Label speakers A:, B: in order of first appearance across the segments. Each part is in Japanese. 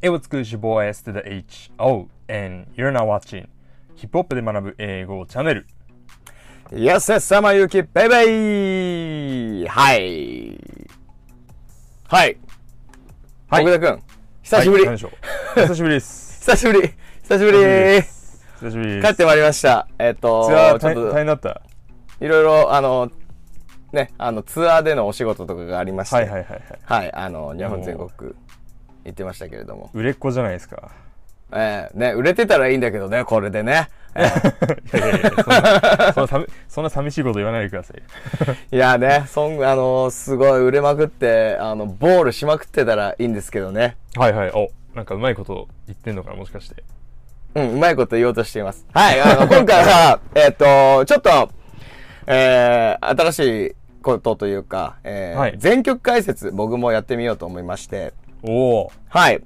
A: Hey, what's good? しぼ S to the HO and you're now watching ヒップホップで学ぶ英語チャンネル
B: やせさまゆきベイベイはい。はい。
A: はい
B: 奥田くん、久しぶり、
A: はい何でしょう久しぶりです
B: 久しぶり。
A: 久し
B: 久しぶ
A: ぶりで
B: り。
A: す久しぶりです
B: 帰ってまいりました。えっ、と、
A: ツアー
B: ちょ
A: 大大
B: っと
A: 変だった
B: いろいろ、あの、ね、あの、ツアーでのお仕事とかがありまして、
A: はいはいはいはい
B: はいあの、日本全国行ってましたけれども。
A: 売れっ子じゃないですか
B: えーね、売れてたらいいんだけどね、これでね。え ー
A: いやいやいやそんなそんな寂そんな寂しいこと言わないでください
B: いやね、そん、あの、すごい売れまくって、あの、ボールしまくってたらいいんですけどね。
A: はいはいおなんかうまいこと言ってんのかなもしかして
B: うん、うまいこと言おうとしています。はい、 あの、今回は、えっと、ちょっと、えー、新しいことというか、えー
A: はい
B: 全曲解説、僕もやってみようと思いまして、
A: おお
B: はい、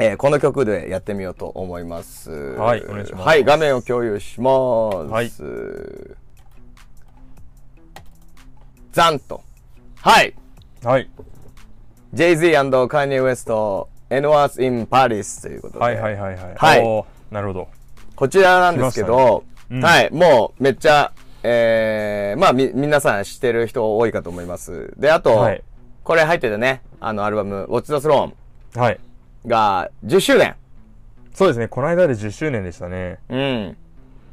B: えーこの曲でやってみようと思います。
A: はいお願いします
B: はい、画面を共有します。ざんと。はい。
A: はい
B: Jay-Z Kanye West N-Words in Paris ということで。
A: はいはいはいはい
B: はい
A: おーなるほど
B: こちらなんですけど、
A: ん
B: はい、もうめっちゃ、えー、まあみ、皆さん知ってる人多いかと思います。で、あと、
A: はい
B: これ入ってたね、あのアルバム、Watch the Throne
A: はい
B: が10周年。
A: そうですねこの間で10周年でしたね
B: うん。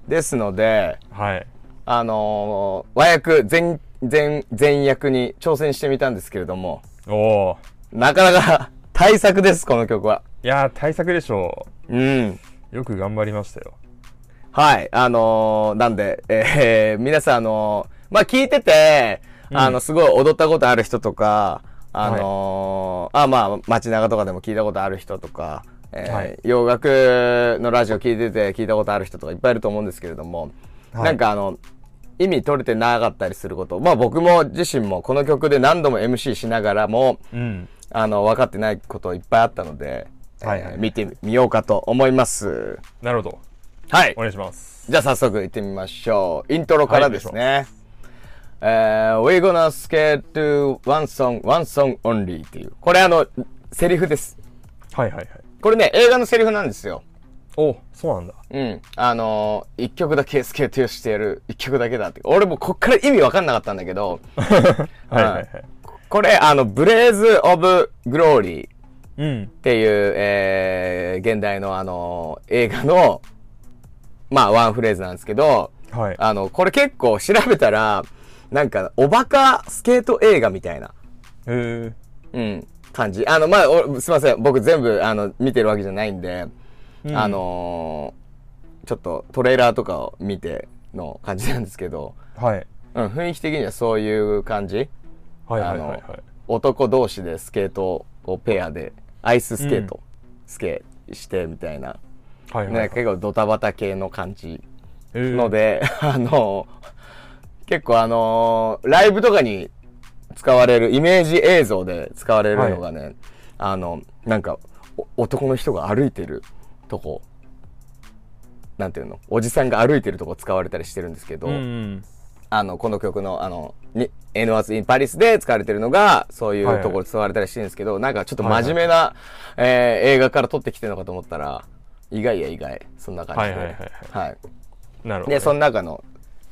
B: ですので、
A: はい
B: あのー和訳全、全、全訳に挑戦してみたんですけれども、
A: おお
B: なかなか 大作です、この曲は。
A: いやー対策でしょ
B: うん。
A: うよく頑張りましたよ
B: はい、あのーなんで、えー、 皆さん、あのーまあ、聞いてて、あの、すごい踊ったことある人とか、あのーあ、まあ、街中とかでも聞いたことある人とか、えー
A: はい
B: 洋楽のラジオ聞いてて聞いたことある人とかいっぱいいると思うんですけれども、
A: はい
B: なんかあの、意味取れてなかったりすること、まあ僕も自身もこの曲で何度も MC しながらも、
A: うん
B: あの、分かってないこといっぱいあったので、
A: はいはい
B: えー見てみようかと思います。
A: なるほど
B: はい
A: お。願いします
B: じゃあ早速行ってみましょう。イントロからですね。えー、We're gonna skate to one song, one song only っていう。これあの、セリフです。
A: はいはいはい
B: これね、映画のセリフなんですよ。
A: おそうな んだ
B: うん。あのー、一曲だけスケートしてやる。一曲だけだって。俺もこっから意味わかんなかったんだけど、
A: はいはいはい
B: これあの、ブレイズ・オブ・グローリーっ
A: うん
B: ていう、えー、現代のあのー映画の、まあ、ワンフレーズなんですけど、
A: はい
B: あの、これ結構調べたら、なんか、おバカスケート映画みたいな、
A: へー
B: うん、感じ。あの、まあ、おすいません。僕全部、あの、見てるわけじゃないんで、
A: うん
B: あのーちょっとトレーラーとかを見ての感じなんですけど、
A: はい
B: うん、雰囲気的にはそういう感じ。
A: はいはい
B: あ
A: はい
B: の
A: はい、
B: 男同士でスケートをペアで、アイススケート、スケしてみたいな、
A: はいはいは
B: ね、
A: い
B: 結構ドタバタ系の感じ。
A: えー
B: ので、 あの、結構あの、ライブとかに使われる、イメージ映像で使われるのがね、あの、なんか、お男の人が歩いてるとこ、なんていうの、おじさんが歩いてるとこ使われたりしてるんですけど、
A: うんうん
B: あの、この曲の、あの、に N was in Paris で使われてるのが、そうい
A: はいはい
B: うところ使われたりしてるんですけど、なんかちょっと真面目な、えー映画から撮ってきてるのかと思ったら、意外や意外、そんな感じで。
A: はいはいはい
B: はい
A: なるほどね
B: で、その中の、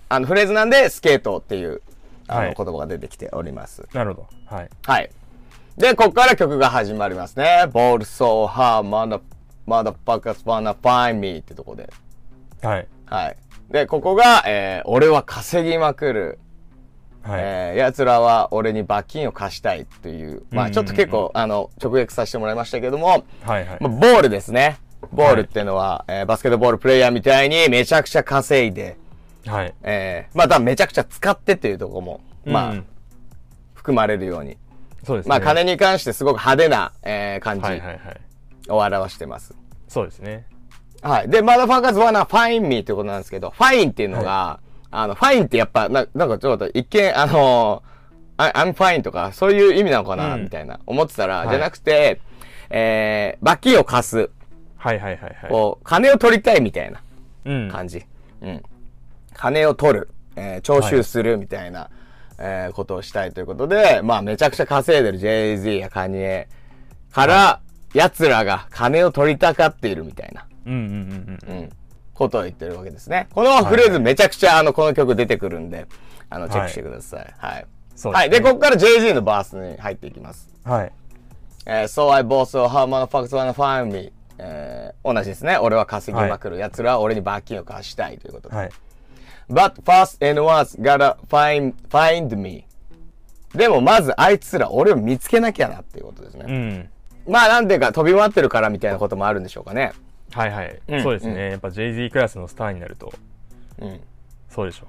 B: あの、フレーズなんで、スケートっていう、あの、
A: はい
B: 言葉が出てきております。
A: なるほどはい
B: はい。で、ここから曲が始まりますね。ボールソーハー、マダ、マダパカスパナファイミーってとこで。
A: はい
B: はい。で、ここが、えー、俺は稼ぎまくる。
A: はい、
B: えー、奴らは俺に罰金を貸したいという。ま
A: う
B: あ、
A: ん
B: ちょっと結構、あの、直訳させてもらいましたけども、
A: はいはい
B: まあ、ボールですね。ボールっていうのは、えーバスケットボールプレイヤーみたいにめちゃくちゃ稼いで、
A: はい
B: えー、まあ、だからめちゃくちゃ使ってっていうところも、まあ、
A: うん
B: 含まれるように。
A: そうですね
B: まあ、金に関してすごく派手な、えー感
A: はいはい
B: じ
A: はい
B: を表してます。
A: そうですね
B: はい。で、マダファーカーズはな、ファインミーってことなんですけど、ファインっていうのが、あの、ファインってやっぱ、ななんかちょっと一見、あのー、アンファインとか、そういう意味なのかな、
A: うん
B: みたいな、思ってたら、
A: い
B: じゃなくて、えー、罰金を貸す。
A: はいはいはいはい
B: こう、金を取りたいみたいな。
A: うん
B: 感じ。うん。金を取る、えー徴収するみたいな、えーことをしたいということで、まあめちゃくちゃ稼いでる Jay-Z やカニエから、奴らが金を取りたがっているみたいな、
A: うんうんうんうん。
B: うん、ことを言ってるわけですね。このフレーズめちゃくちゃ、あの、この曲出てくるんで、あの、チェックしてください。はい。
A: そう
B: はい。
A: です
B: で、
A: ね
B: ここから JG のバースに入っていきます。
A: はい。
B: えー so I boss or how motherfuckers wanna find me. えー同じですね。俺は稼ぎまくる。奴らは俺に罰金を貸したいということで。
A: はい。
B: But first and once gotta find, find me. でもまずあいつら俺を見つけなきゃなっていうことです
A: う
B: ね。
A: ん。
B: まあなんていうか飛び回ってるからみたいなこともあるんでしょうかね。
A: はいはい、
B: ん
A: そうですね。やっぱ JZ クラスのスターになると、
B: うん。
A: そうでしょ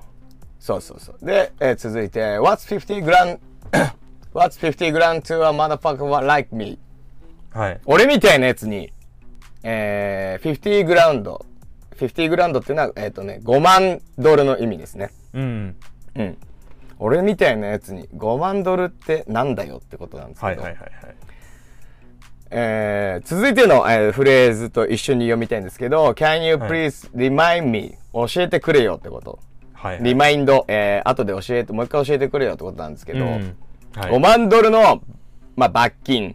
B: そうそうそう。で、えー続いて、What's 50 grand, What's 50 grand to a motherfucker like me?
A: う。はい。
B: 俺みたいなやつに、えー、50グラウンド。50グラウンドっていうのは、えっ、とね、5万ドルの意味ですね。
A: うん。
B: うん。俺みたいなやつに5万ドルってなんだよってことなんです
A: は
B: け
A: い
B: ど。
A: はいはいはい。
B: えー、続いての、えーフレーズと一緒に読みたいんですけど、Can you
A: はい
B: please remind me? 教えてくれよってこと。
A: はい、はい。
B: リマインド、えー、後で教えて、もう一回教えてくれよってことなんですけど、
A: うんはい、
B: 5万ドルの、まあ、罰金っ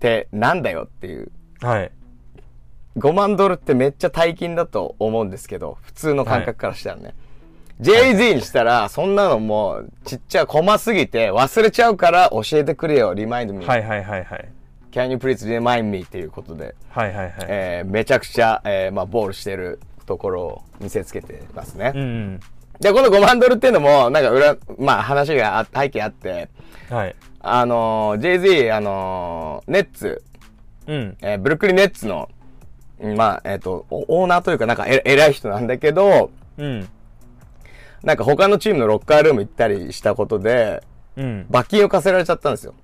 B: てなんだよっていう。
A: はい。
B: 5万ドルってめっちゃ大金だと思うんですけど、普通の感覚からしたらね。JZ にしたら、そんなのもう、ちっちゃい、細すぎて、忘れちゃうから教えてくれよ、remind me.、
A: はいはいはいはい。
B: Can you please remind me? っていうことで、
A: はいはいはい。
B: えーめちゃくちゃ、えーまあ、ボールしてるところを見せつけてますね。
A: うん
B: で、この5万ドルっていうのも、なんか裏、まあ話があ背景あって、
A: うん。はい。
B: あのー JZ、あのーネッツ、
A: うん。
B: えーブルックリンネッツの、うんまあ、えっ、と、おオーナーというか、なんかえ偉い人なんだけど、
A: うん。
B: なんか他のチームのロッカールーム行ったりしたことで、
A: うん。
B: 罰金を課せられちゃったんですよ。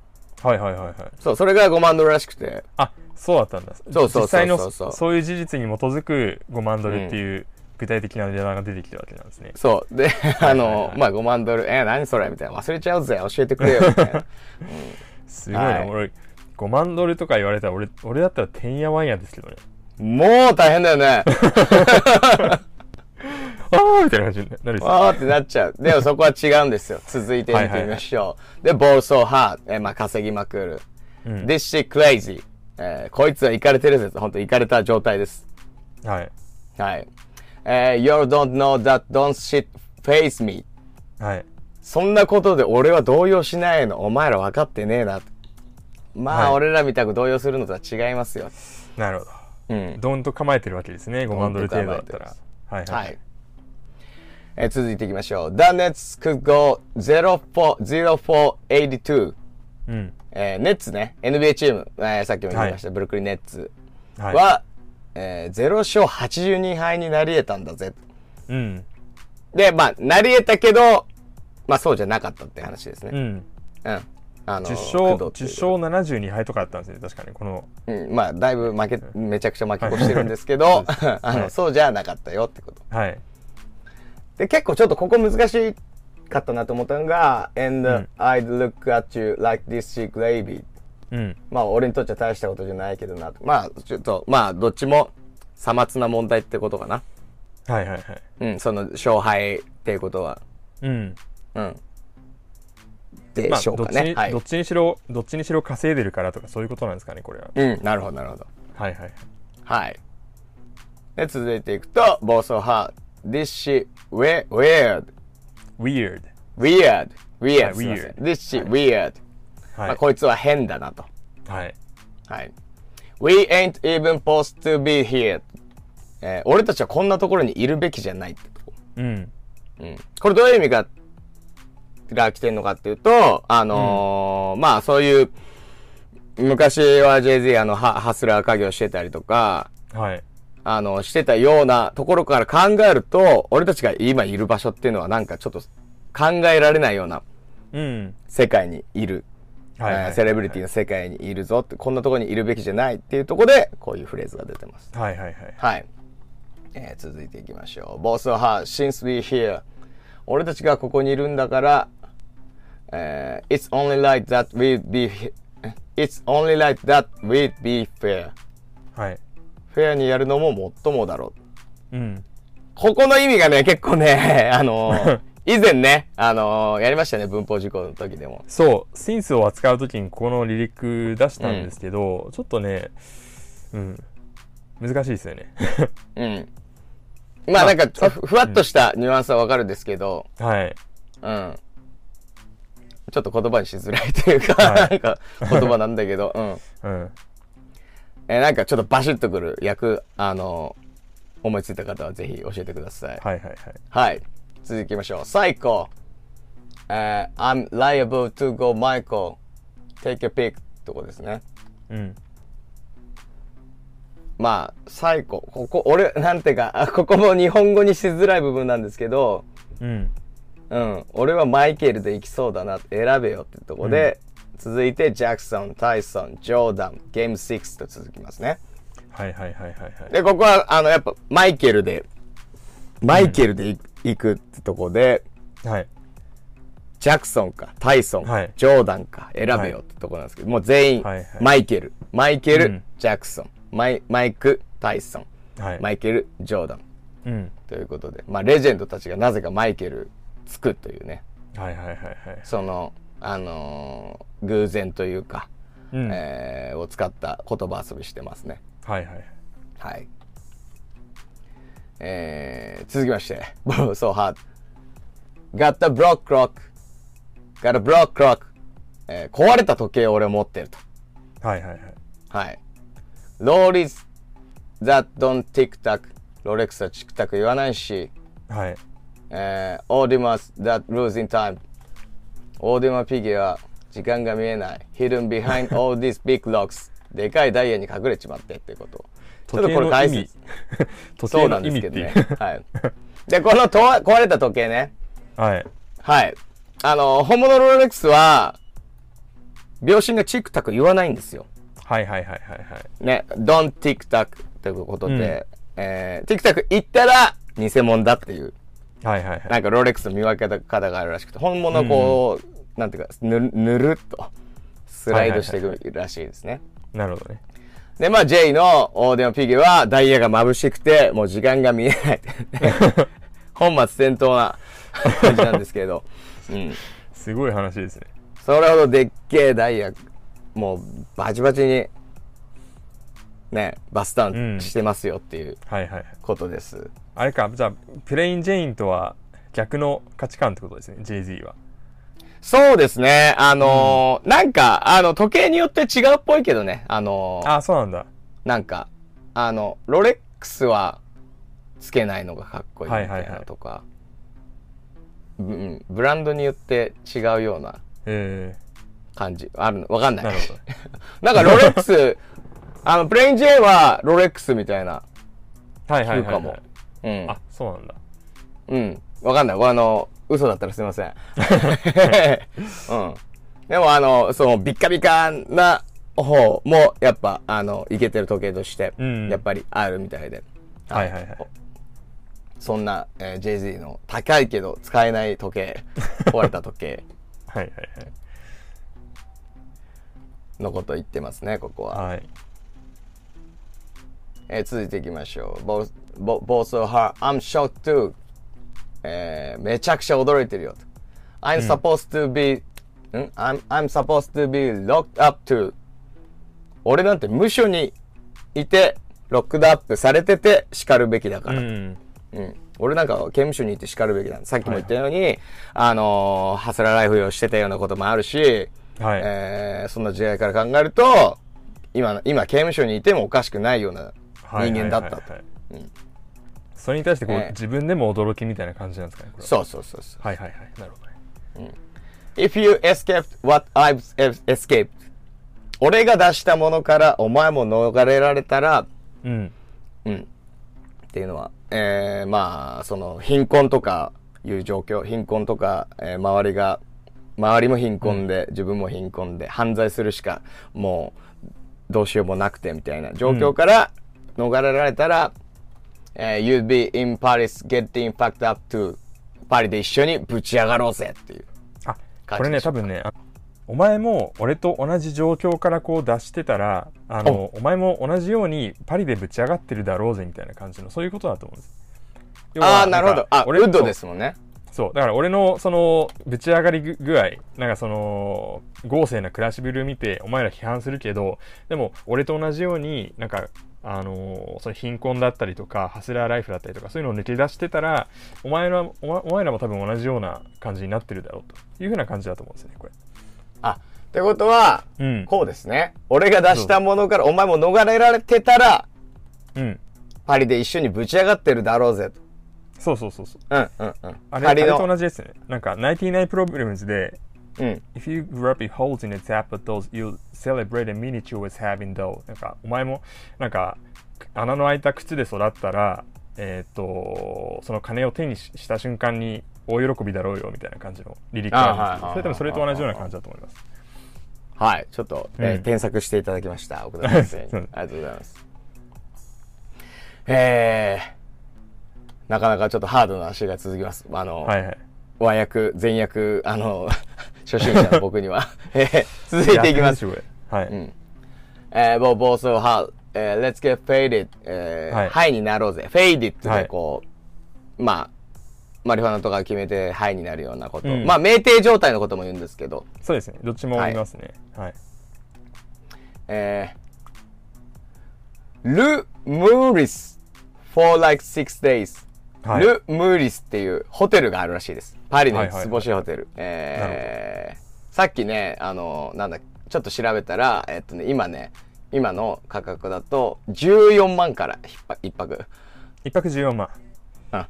A: はいはいはいはい。
B: そう、それが5万ドルらしくて。
A: あ、そうだったんだ。
B: そうそうそうそう
A: 実際のそういう事実に基づく5万ドルっていう具体的な値段が出てきたわけなんですね。
B: そう。で、あの、まあ5万ドル、えー何それみたいな。忘れちゃうぜ、教えてくれよ、みたいな。
A: すごいな、
B: はい
A: 俺、5万ドルとか言われたら、俺、俺だったらてんやわんやですけど ね。
B: もう大変だよね。
A: あーみたいな感じになるん ですよ
B: わーってなっちゃう。でもそこは違うんですよ。続いて見てみましょう。で、ボールソーハー、えーまあ稼ぎまくる。
A: うん
B: で、シ h クレイジー。えーこいつはイカれてるぜ。本当イカれた状態です。
A: はい。
B: はい。えー you don't know that don't shit face me.
A: はい。
B: そんなことで俺は動揺しないの。お前ら分かってねえな。まあ、
A: はい
B: 俺らみたく動揺するのとは違いますよ。
A: なるほど。
B: うん。
A: どんと構えてるわけですね、5万ドル程度だったら。はいは
B: はいい。。えー続いていきましょう。The Nets could go 04-04-82.
A: うん。
B: えーネッツね、NBA チーム、えーさっきも言いました、ブルックリンネッツ
A: は
B: は、
A: い。
B: えー0勝82敗になり得たんだぜ。
A: うん。
B: で、まあ、なり得たけど、まあそうじゃなかったって話です
A: う
B: ね。
A: ん。
B: うん。あの
A: 10勝、
B: 工藤っていう
A: 10勝72敗とかあったんですね、確かに。この、
B: うん、まあ、だいぶ負け、めちゃくちゃ負け越してるんですけ ど、あの、そうじゃなかったよってこと。
A: はい。
B: で、結構ちょっとここ難しかったなと思ったのが、and、
A: うん
B: I'd look at you like this chick baby.
A: うん。
B: まあ俺にとっちゃ大したことじゃないけどなと。まあちょっと、まあどっちもさまつな問題ってことかな。
A: はいはいはい。
B: うん、その勝敗っていうことは。
A: うん。
B: うん。で
A: まあ、
B: しょ
A: ど
B: う
A: っ
B: か
A: ち
B: ね。
A: に、
B: はい
A: どっ。ちにしろ、どっちにしろ稼いでるからとか、そういうことなんですかね、これは。
B: うん、なるほど、なるほど。
A: はいはい。
B: はい。で、続いていくと、暴走派。This shit we- weird,
A: weird。
B: weird,
A: は
B: weird,
A: い
B: すいません
A: weird
B: This shit weird. ま
A: は
B: あこいつは変だなと。
A: い。はい。
B: はい。We ain't even supposed to be here. えー俺たちはこんなところにいるべきじゃないってとこ。
A: うん。
B: うんこれどういう意味が、が来てんのかっていうと、あのーまあそういう、昔は JZ あの、ハハスラー家業してたりとか、
A: はい。
B: あの、してたようなところから考えると、俺たちが今いる場所っていうのはなんかちょっと考えられないような
A: うん。
B: 世界にいる。
A: はいはい
B: えーセレブリティの世界にいるぞって、こんなところにいるべきじゃないっていうところで、こういうフレーズが出てます。
A: はいはいはい。
B: はい。えー続いていきましょう。ボスは since we here. 俺たちがここにいるんだから、えー it's only right that we be, it's only right that we be fair.
A: はい。
B: フェアにやるのも最もだろう。
A: うん。
B: ここの意味がね、結構ね、あのー 以前ね、あのーやりましたね、文法事項の時でも。
A: そう、シンスを扱うときにこの離陸出したんですけど、ちょっとね、うん、難しいですよね。
B: うん。まあなんか、ふふわっとしたニュアンスはわかるんですけど、
A: はい。
B: うん。ちょっと言葉にしづらいというか、
A: はい
B: なんか言葉なんだけど、うん。
A: うん。
B: えーなんかちょっとバシッとくる役、あのー思いついた方はぜひ教えてください。
A: はいはいはい。
B: はい。続きましょう。サイコ。えー I'm liable to go Michael. Take a pic. とこですね。
A: うん。
B: まあ、サイコ。ここ、俺、なんてか、あここも日本語にしづらい部分なんですけど、
A: うん。
B: うん。俺はマイケルで行きそうだな。選べよってとこで、続いて、ジャクソン、タイソン、ジョーダン、ゲーム6と続きますね。
A: はいはいはいはいはい。
B: で、ここは、あの、やっぱ、マイケルで、マイケルでい行くってとこで、
A: はい。
B: ジャクソンか、タイソンか、
A: はい
B: ジョーダンか、選べよってとこなんですけど、もう全員、
A: はいはい
B: マイケル、マイケル、
A: うん
B: ジャクソン、マイマイク、タイソン、
A: はい。
B: マイケル、ジョーダン
A: うん。
B: ということで、まあ、レジェンドたちがなぜかマイケルつくというね、
A: はいはいはいはい。
B: その、あのー偶然というか、
A: うん。はい
B: えーを使った言葉遊びしてますね。
A: はいはい。
B: はい。えー、続きまして、Bro, so hard. Got the block clock. Got a block clock. えー壊れた時計を俺は持ってると。
A: はいはいはい。
B: はい。Rolex that don't tick tock. ロレックスはチクタク言わないし、
A: はい。
B: えー、Audimus that losing time. オーディマピギは時間が見えない。Hidden behind all these big locks. でかいダイヤに隠れちまってってこと。ちょ
A: 時
B: っと
A: 計
B: これ
A: の意
B: 解
A: 味
B: 説。。
A: 時
B: そう
A: 計
B: な
A: の
B: ん
A: 意
B: で
A: 味
B: す
A: っ
B: け
A: てい
B: どね
A: う。。
B: はい。で、このとわ壊れた時計ね。
A: はい。
B: はい。あの、本物のロレックスは、秒針がチクタク言わないんですよ。
A: はいはいはいはいはい。
B: ね。ドンティクタクということで、えー、ティクタク言ったら偽物だっていう、
A: はいはいは。
B: ないんかロレックスの見分け方があるらしくて、本物をこう、なんていうか、ぬるぬるっとスライドしていくらしいですね。
A: なるほどね。
B: で、まあ、J のオーディオンピギはダイヤが眩しくて、もう時間が見えないって ね。本末転倒な感じなんですけ ど。うん。
A: すごい話ですね。
B: それほどでっけえダイヤ、もうバチバチに、ね、バスタウンしてますよっていう
A: はいはいはい。
B: ことです。
A: あれか、じゃあ、プレイン・ジェインとは逆の価値観ってことですね、JZ は。
B: そうですね。あのーなんか、あの、時計によって違うっぽいけどね。あのー
A: ああ、そうなんだ。
B: なんか、あの、ロレックスはつけないのがかっこいいみ
A: は
B: た
A: い
B: い
A: はい
B: な
A: はい
B: とか、うんうん、ブランドによって違うような
A: え
B: 感じ、あるの、わかん
A: え
B: ない。
A: なるほど。
B: なんかロレックス、あの、プレイン J はロレックスみたいな、
A: はいはい
B: 言
A: は
B: う
A: い、
B: か
A: は
B: も
A: い。。
B: うん。
A: あ、そうなんだ。
B: うん。わかんない。あの、嘘だったらすいません。 うん。でもあの、その、ビッカビカな方も、やっぱ、あの、いけてる時計として
A: う、ん
B: やっぱりあるみたいで。
A: はいはいはい。
B: そんな、えー JZ の高いけど使えない時計、壊れた時計
A: はいはい
B: のこと言ってますね、ここは。
A: はい。はい。
B: えー続いていきましょう。ボス、ボボスハー、I'm shocked too. えーめちゃくちゃ驚いてるよと。I'm supposed to be, ん I'm, I'm supposed to be locked up to. 俺なんて無所にいて、ロックドアップされてて叱るべきだか
A: う
B: ら。
A: ん。
B: うん、俺なんかは刑務所に行って叱るべきなんださっきも言ったように、あのーハスラーライフをしてたようなこともあるし、
A: はい。
B: えーそんな時代から考えると今の今刑務所にいてもおかしくないような
A: はい
B: 人間だったと、
A: はいはいはいそれに対してこう、
B: ええ
A: 自分でも驚きみたいな感じなんですかね、これは。
B: そうそうそうそう
A: はいはいはい。なるほどね。
B: If you escaped what I've es- escaped 俺が出したものからお前も逃れられたら
A: うん。
B: っていうのは、えーまあその貧困とかいう状況貧困とか、えー周りが周りも貧困で、自分も貧困で犯罪するしかもうどうしようもなくてみたいな状況から逃れられたら、えー You'd be in Paris getting packed up to パリで一緒にぶち上がろうぜっていう
A: あ、こ
B: 感じ
A: れ
B: で
A: ね、
B: しょ
A: 多分ね、あお前も俺と同じ状況からこう出してたら、あの、お前も同じようにパリでぶち上がってるだろうぜみたいな感じの、そういうことだと思うんです。要は
B: ああーなるほど
A: んか
B: あウ
A: 俺
B: ッドですもんね
A: そうだから俺のそのぶち上がり具合なんかその豪勢な暮らしぶりを見てお前ら批判するけどでも俺と同じようになんかあのーその貧困だったりとかハスラーライフだったりとかそういうのを抜け出してたらお前らお前お前らも多分同じような感じになってるだろうというふうな感じだと思うんですよねこれ。
B: あ、ってことは、
A: うん
B: こうですね。俺が出したものからお前も逃れられてたら、
A: うん、
B: パリで一緒にぶち上がってるだろうぜと。
A: そうそうそうそう
B: うんうんうん。
A: あれ
B: パ
A: あ
B: リ
A: れと
B: の。
A: 同じですねなんか「99 Problems」で
B: うん。
A: If you grew up in holes in the tap of those, you celebrate the minute you was having though. なんか、お前も、なんか、穴の開いた靴で育ったら、えーっ、と、その金を手にしした瞬間に大喜びだろうよみたいな感じのリリックなんですけ
B: あはいはいは
A: ど、それ
B: い
A: でもそれと同じような感じだと思います。
B: はい。ちょっと、えー
A: うん
B: 添削していただきました。奥田先生
A: そう
B: に。ありがとうございます。えー、なかなかちょっとハードな足が続きます。あの、
A: はいはい。
B: 和訳、全訳、あの、 初心者の僕には。えー続いていきます。
A: や。楽しいこれはい。
B: んえー、ボーボーソーハウ、えー、let's get faded, えー、は、
A: はいい
B: になろうぜ。faded
A: は
B: で
A: い
B: こう、まあ、マリファナとか決めて、ハイになるようなこと。
A: うん
B: まあ、酩酊状態のことも言うんですけど、
A: そうですね。どっちも言いますね。はい。
B: えー、ル・ムーリス for like six days、
A: はい
B: ル・ムーリスっていうホテルがあるらしいです。パリの
A: はいはいはい
B: 五つ星ホテル。えー、さっきね、あの、なんだ、ちょっと調べたら、えっとね、今ね、今の価格だと14万から一泊一泊
A: 一泊14万。
B: うん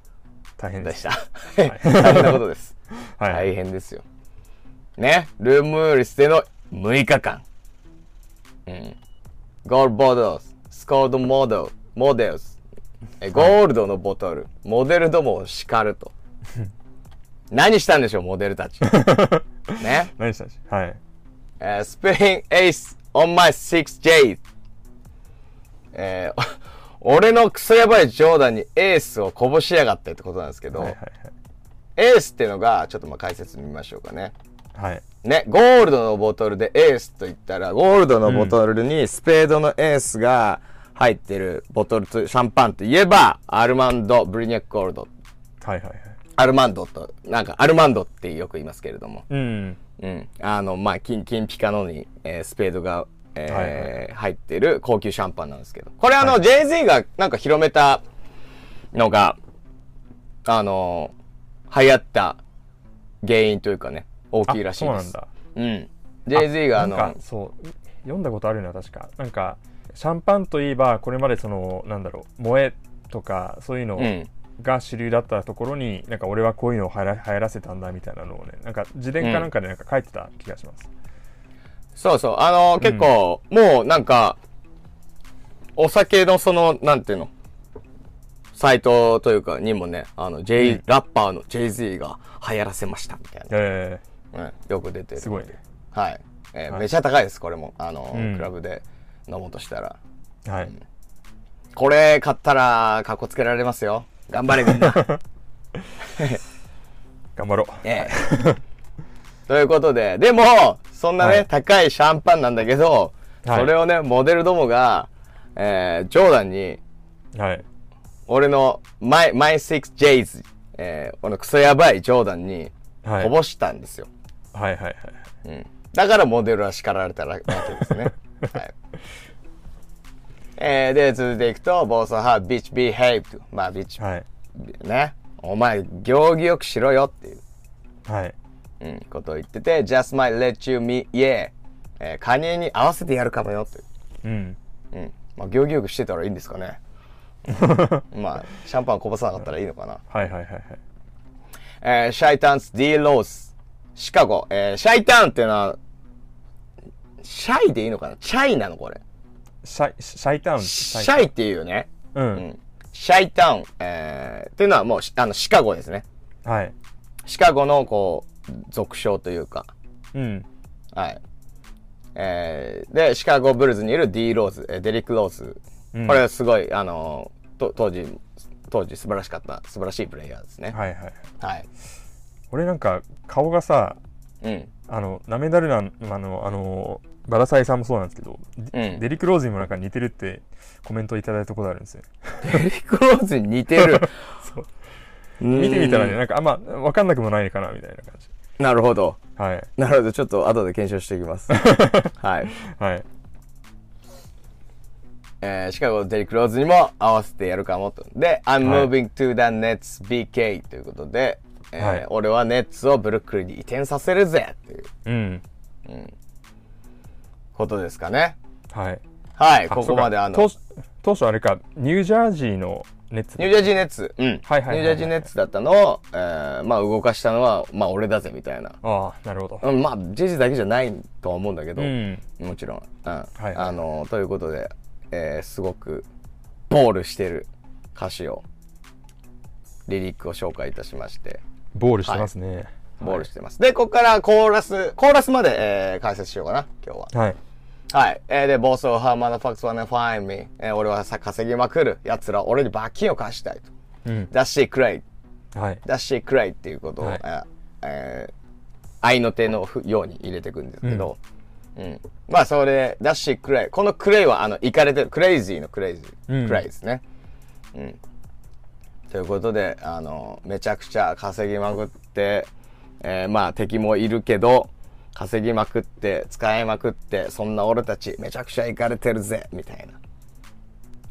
A: 大変で
B: でし
A: す。
B: た。 大変なことです。
A: はい。
B: 大変ですよ。ね、ル・ムーリスでの6日間。うん。ゴールボトル、スコードモデル、モデルス、えゴールドのボトル、モデルどもを叱る と。何したんでしょう、モデルたち。ね、
A: 何したんでしょうはい。
B: えー、スペインエイス、オンマイ 6J。えー、 お俺のクソやばい冗談にエースをこぼしやがってってことなんですけど、
A: はい
B: エースってのが、ちょっとまあ解説見ましょうかね。
A: はいはい。はい。
B: ね、ゴールドのボトルでエースと言ったら、ゴールドのボトルにスペードのエースが入ってるボトルと、シャンパンといえば、アルマンド、ブリニャックゴールド、
A: はいはいはい。
B: アルマンドと、なんかアルマンドってよく言いますけれども、
A: うん。
B: うん。あの、まあ、金、金ピカのに、えースペードが、えー
A: はい
B: 入ってる高級シャンパンなんですけど、これあの、JZ がなんか広めたのが、あの、流行った原因というかね、大
A: あ
B: きいらしい
A: そう
B: で
A: な
B: す
A: ん。だ。
B: うん。JZ があの、
A: なんかそう読んだことあるな確かなんかシャンパンといえばこれまでそのなんだろう萌えとかそういうの
B: うん。
A: が主流だったところに、なんか俺はこういうのを流行ら流行らせたんだみたいなのをねなんか自伝かなんかでなんか書いてた気がします、
B: そうそう。あの、結構、もうなんか、お酒のその、なんていうの、サイトというかにもね、あの、J、
A: うん
B: ラッパーの JZ が流行らせましたみたい
A: え
B: な。うん。よく出て
A: ー、
B: る。
A: すごいね
B: はい。えー
A: はい
B: めちゃ高いです、これも。あの、
A: うん
B: クラブで飲もうとしたら。
A: はい、
B: これ買ったら、かっこつけられますよ。頑張れみんな。
A: 頑張ろう
B: ええ ということで、でも、そんなね、
A: はい
B: 高いシャンパンなんだけど、
A: はい
B: それをね、モデルどもが、えー、ジョーダンに、
A: はい
B: 俺の My, My Six J's、えー、このクソやばいジョーダンに、
A: はい
B: こぼしたんですよ。
A: はいはいはい
B: うん。だからモデルは叱られたわけです ね。はい。えー、で、続いていくと、ボーソハー、ビッチビヘイブ。まあ、ビッチ、
A: はい
B: ね。お前、行儀よくしろよっていう。
A: はい
B: うん、ことを言ってて、just might let you me, yeah. えー加入に合わせてやるかもよって。
A: うん
B: うん。まあ、行儀よくしてたらいいんです かね。まあ、シャンパンこぼさなかったらいいのかな。
A: はいはいはいはい
B: えーシャイタンス、D ロース、シカゴ。えーシャイタンっていうのは、シャイでいいのかなチャイなのこれ。
A: シャイシャイタウン
B: シ
A: イ
B: ャイっていうよね。
A: うん、
B: うん。シャイタウン、えーっていうのはもう、しあの、シカゴですね。
A: はい
B: シカゴの、こう、俗称というか。
A: うん
B: はい。えーで、シカゴブルズにいる D ローズ、えーデリック・ローズ。
A: うん
B: これはすごい、あのーと当時、当時素晴らしかった、素晴らしいプレイヤーですね。
A: はいはい
B: はい。
A: 俺なんか顔がさ
B: うん。
A: あの、ナメダルランあの、あの、バラサイさんもそうなんですけど、デデリク・ローズにもなんか似てるってコメントいただいたことあるんですよ。
B: デリック・ローズに似てる。
A: そう。
B: うん
A: 見てみたらね、なんかあんま分かんなくもないのかな、みたいな感じ。
B: なるほど。
A: はい。
B: なるほど。ちょっと後で検証していきます。はい。
A: はい。
B: えーシカゴデリクローズにも合わせてやるかもと。で、I'm
A: はい
B: moving to the Nets BK ということで、えー
A: はい
B: 俺はネッツをブルックリンに移転させるぜっていう
A: うん。
B: ことですかね。
A: はい。
B: はい、
A: あ
B: ここまで
A: そうか
B: あの、
A: 当初当初あれか、ニュージャージーのネッツだ
B: ニュージャージーネッツ、うん、ニュージ
A: はいはいはい
B: ャージーネッツだったのを、えーまあ動かしたのは、まあ俺だぜみたいな。
A: ああ、なるほど。
B: うん、まあ、ジェジだけじゃないとは思うんだけど、
A: うん。
B: もちろん。うん。
A: い
B: あの、ということで、えーすごく、ボールしてる歌詞を、リリックを紹介いたしまして、
A: ボールしてますね。
B: ボールしてます。で、ここからコーラス、コーラスまで、えー解説しようかな、今日は。
A: はい。
B: はい。えーで、ボスをハーマーファクスはね、ファインミー。えー俺はさ、稼ぎまくる。奴ら、俺に罰金を貸したい
A: う
B: と。
A: ん。
B: 出してくれい。
A: はい。
B: 出してくれいっていうことを、
A: はい
B: えーえー愛の手のふように入れていくんですけど、うん。まあ、それ、出してくれい。このクレイは、あの、イカれてる、クレイジーのクレイジー。
A: うん
B: クレイですね。うん。ということで、あの、めちゃくちゃ稼ぎまくって、えーまあ、敵もいるけど、稼ぎまくって、使いまくって、そんな俺たち、めちゃくちゃイカれてるぜ、みたいな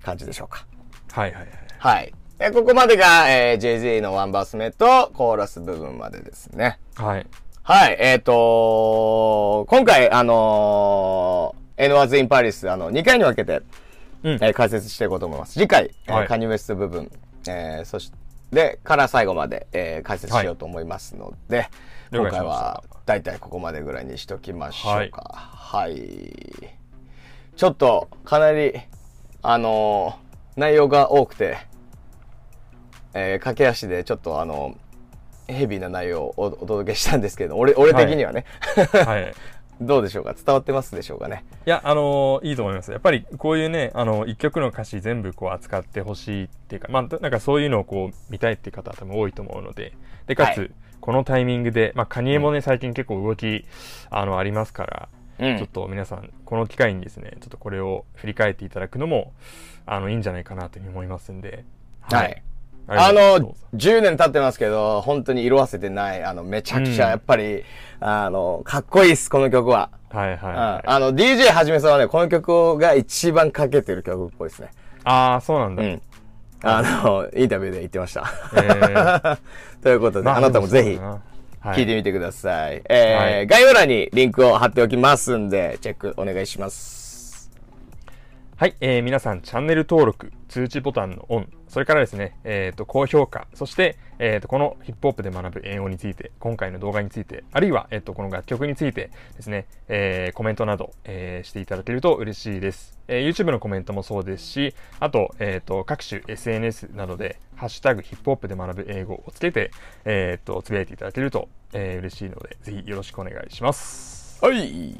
B: 感じでしょうか。
A: はいはいはい。
B: はい。えここまでが、えー、JZ のワンバース目とコーラス部分までですね。
A: はい。
B: はい、えっ、ー、と今回、あのー、N ワーズ・イン・パリス、あの、2回に分けて、
A: うん
B: えー解説していこうと思います。次回、えー
A: はい
B: カニウエスト部分、えー、そして、で、から最後まで、えー解説しようと思いますので、
A: 了
B: 今
A: 解しました
B: 回は、だいたいここまでぐらいにしときましょうか。はい。ちょっと、かなり、あのー内容が多くて、えー駆け足でちょっとあのヘビーな内容をおお届けしたんですけど俺俺的にはね、
A: はい。
B: どうでしょうか伝わってますでしょうかね
A: いや、あのーいいと思います。やっぱりこういうね、あの、一曲の歌詞全部こう扱ってほしいっていうか、まあ、なんかそういうのをこう見たいっていう方は多分多いと思うので、で、かつ、
B: はい
A: このタイミングで、まあ、カニエもね、最近結構動き、あの、ありますから、
B: うん
A: ちょっと皆さん、この機会にですね、ちょっとこれを振り返っていただくのも、あの、いいんじゃないかなというふうに思いますんで。
B: はい、
A: りがとう
B: あ
A: ござい
B: の
A: ます
B: 10年経ってますけど本当に色あせてないあのめちゃくちゃ
A: うん
B: やっぱり、あのかっこいいっすこの曲は、
A: はいはい、
B: うん
A: はい。
B: あの DJ はじめさんはねこの曲が一番かけてる曲っぽいですね
A: ああ、そうなんだ。
B: うんあのインタビューで言ってました、
A: ー
B: ということで、
A: ま
B: あなたもぜひ
A: そうだなは
B: 聞いてみてください。えー
A: はい
B: 概要欄にリンクを貼っておきますんで、チェックお願いします。
A: はい、えー皆さんチャンネル登録、通知ボタンのオン、それからですね、えー、と高評価、そして、えー、とこのヒップホップで学ぶ英語について、今回の動画について、あるいは、えー、とこの楽曲についてですね、えーコメントなど、えーしていただけると嬉しいです。えー YouTube のコメントもそうですし、あと,、えー、と各種 SNS などで、ハッシュタグヒップホップで学ぶ英語をつけて、えー、とつぶやいていただけると、えー嬉しいので、ぜひよろしくお願いします。
B: はい。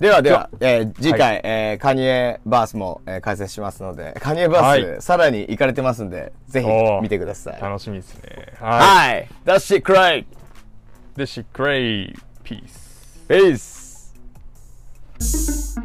B: ではでは、えー次回、えーカニエバースも、えー解説しますので、カニエバース、
A: は
B: さらに行かれてますんで、ぜひ
A: おー
B: 見てください。
A: 楽しみですね。は
B: はい。ダッシュクライ
A: い。で、シックレイ、ピース。
B: ペース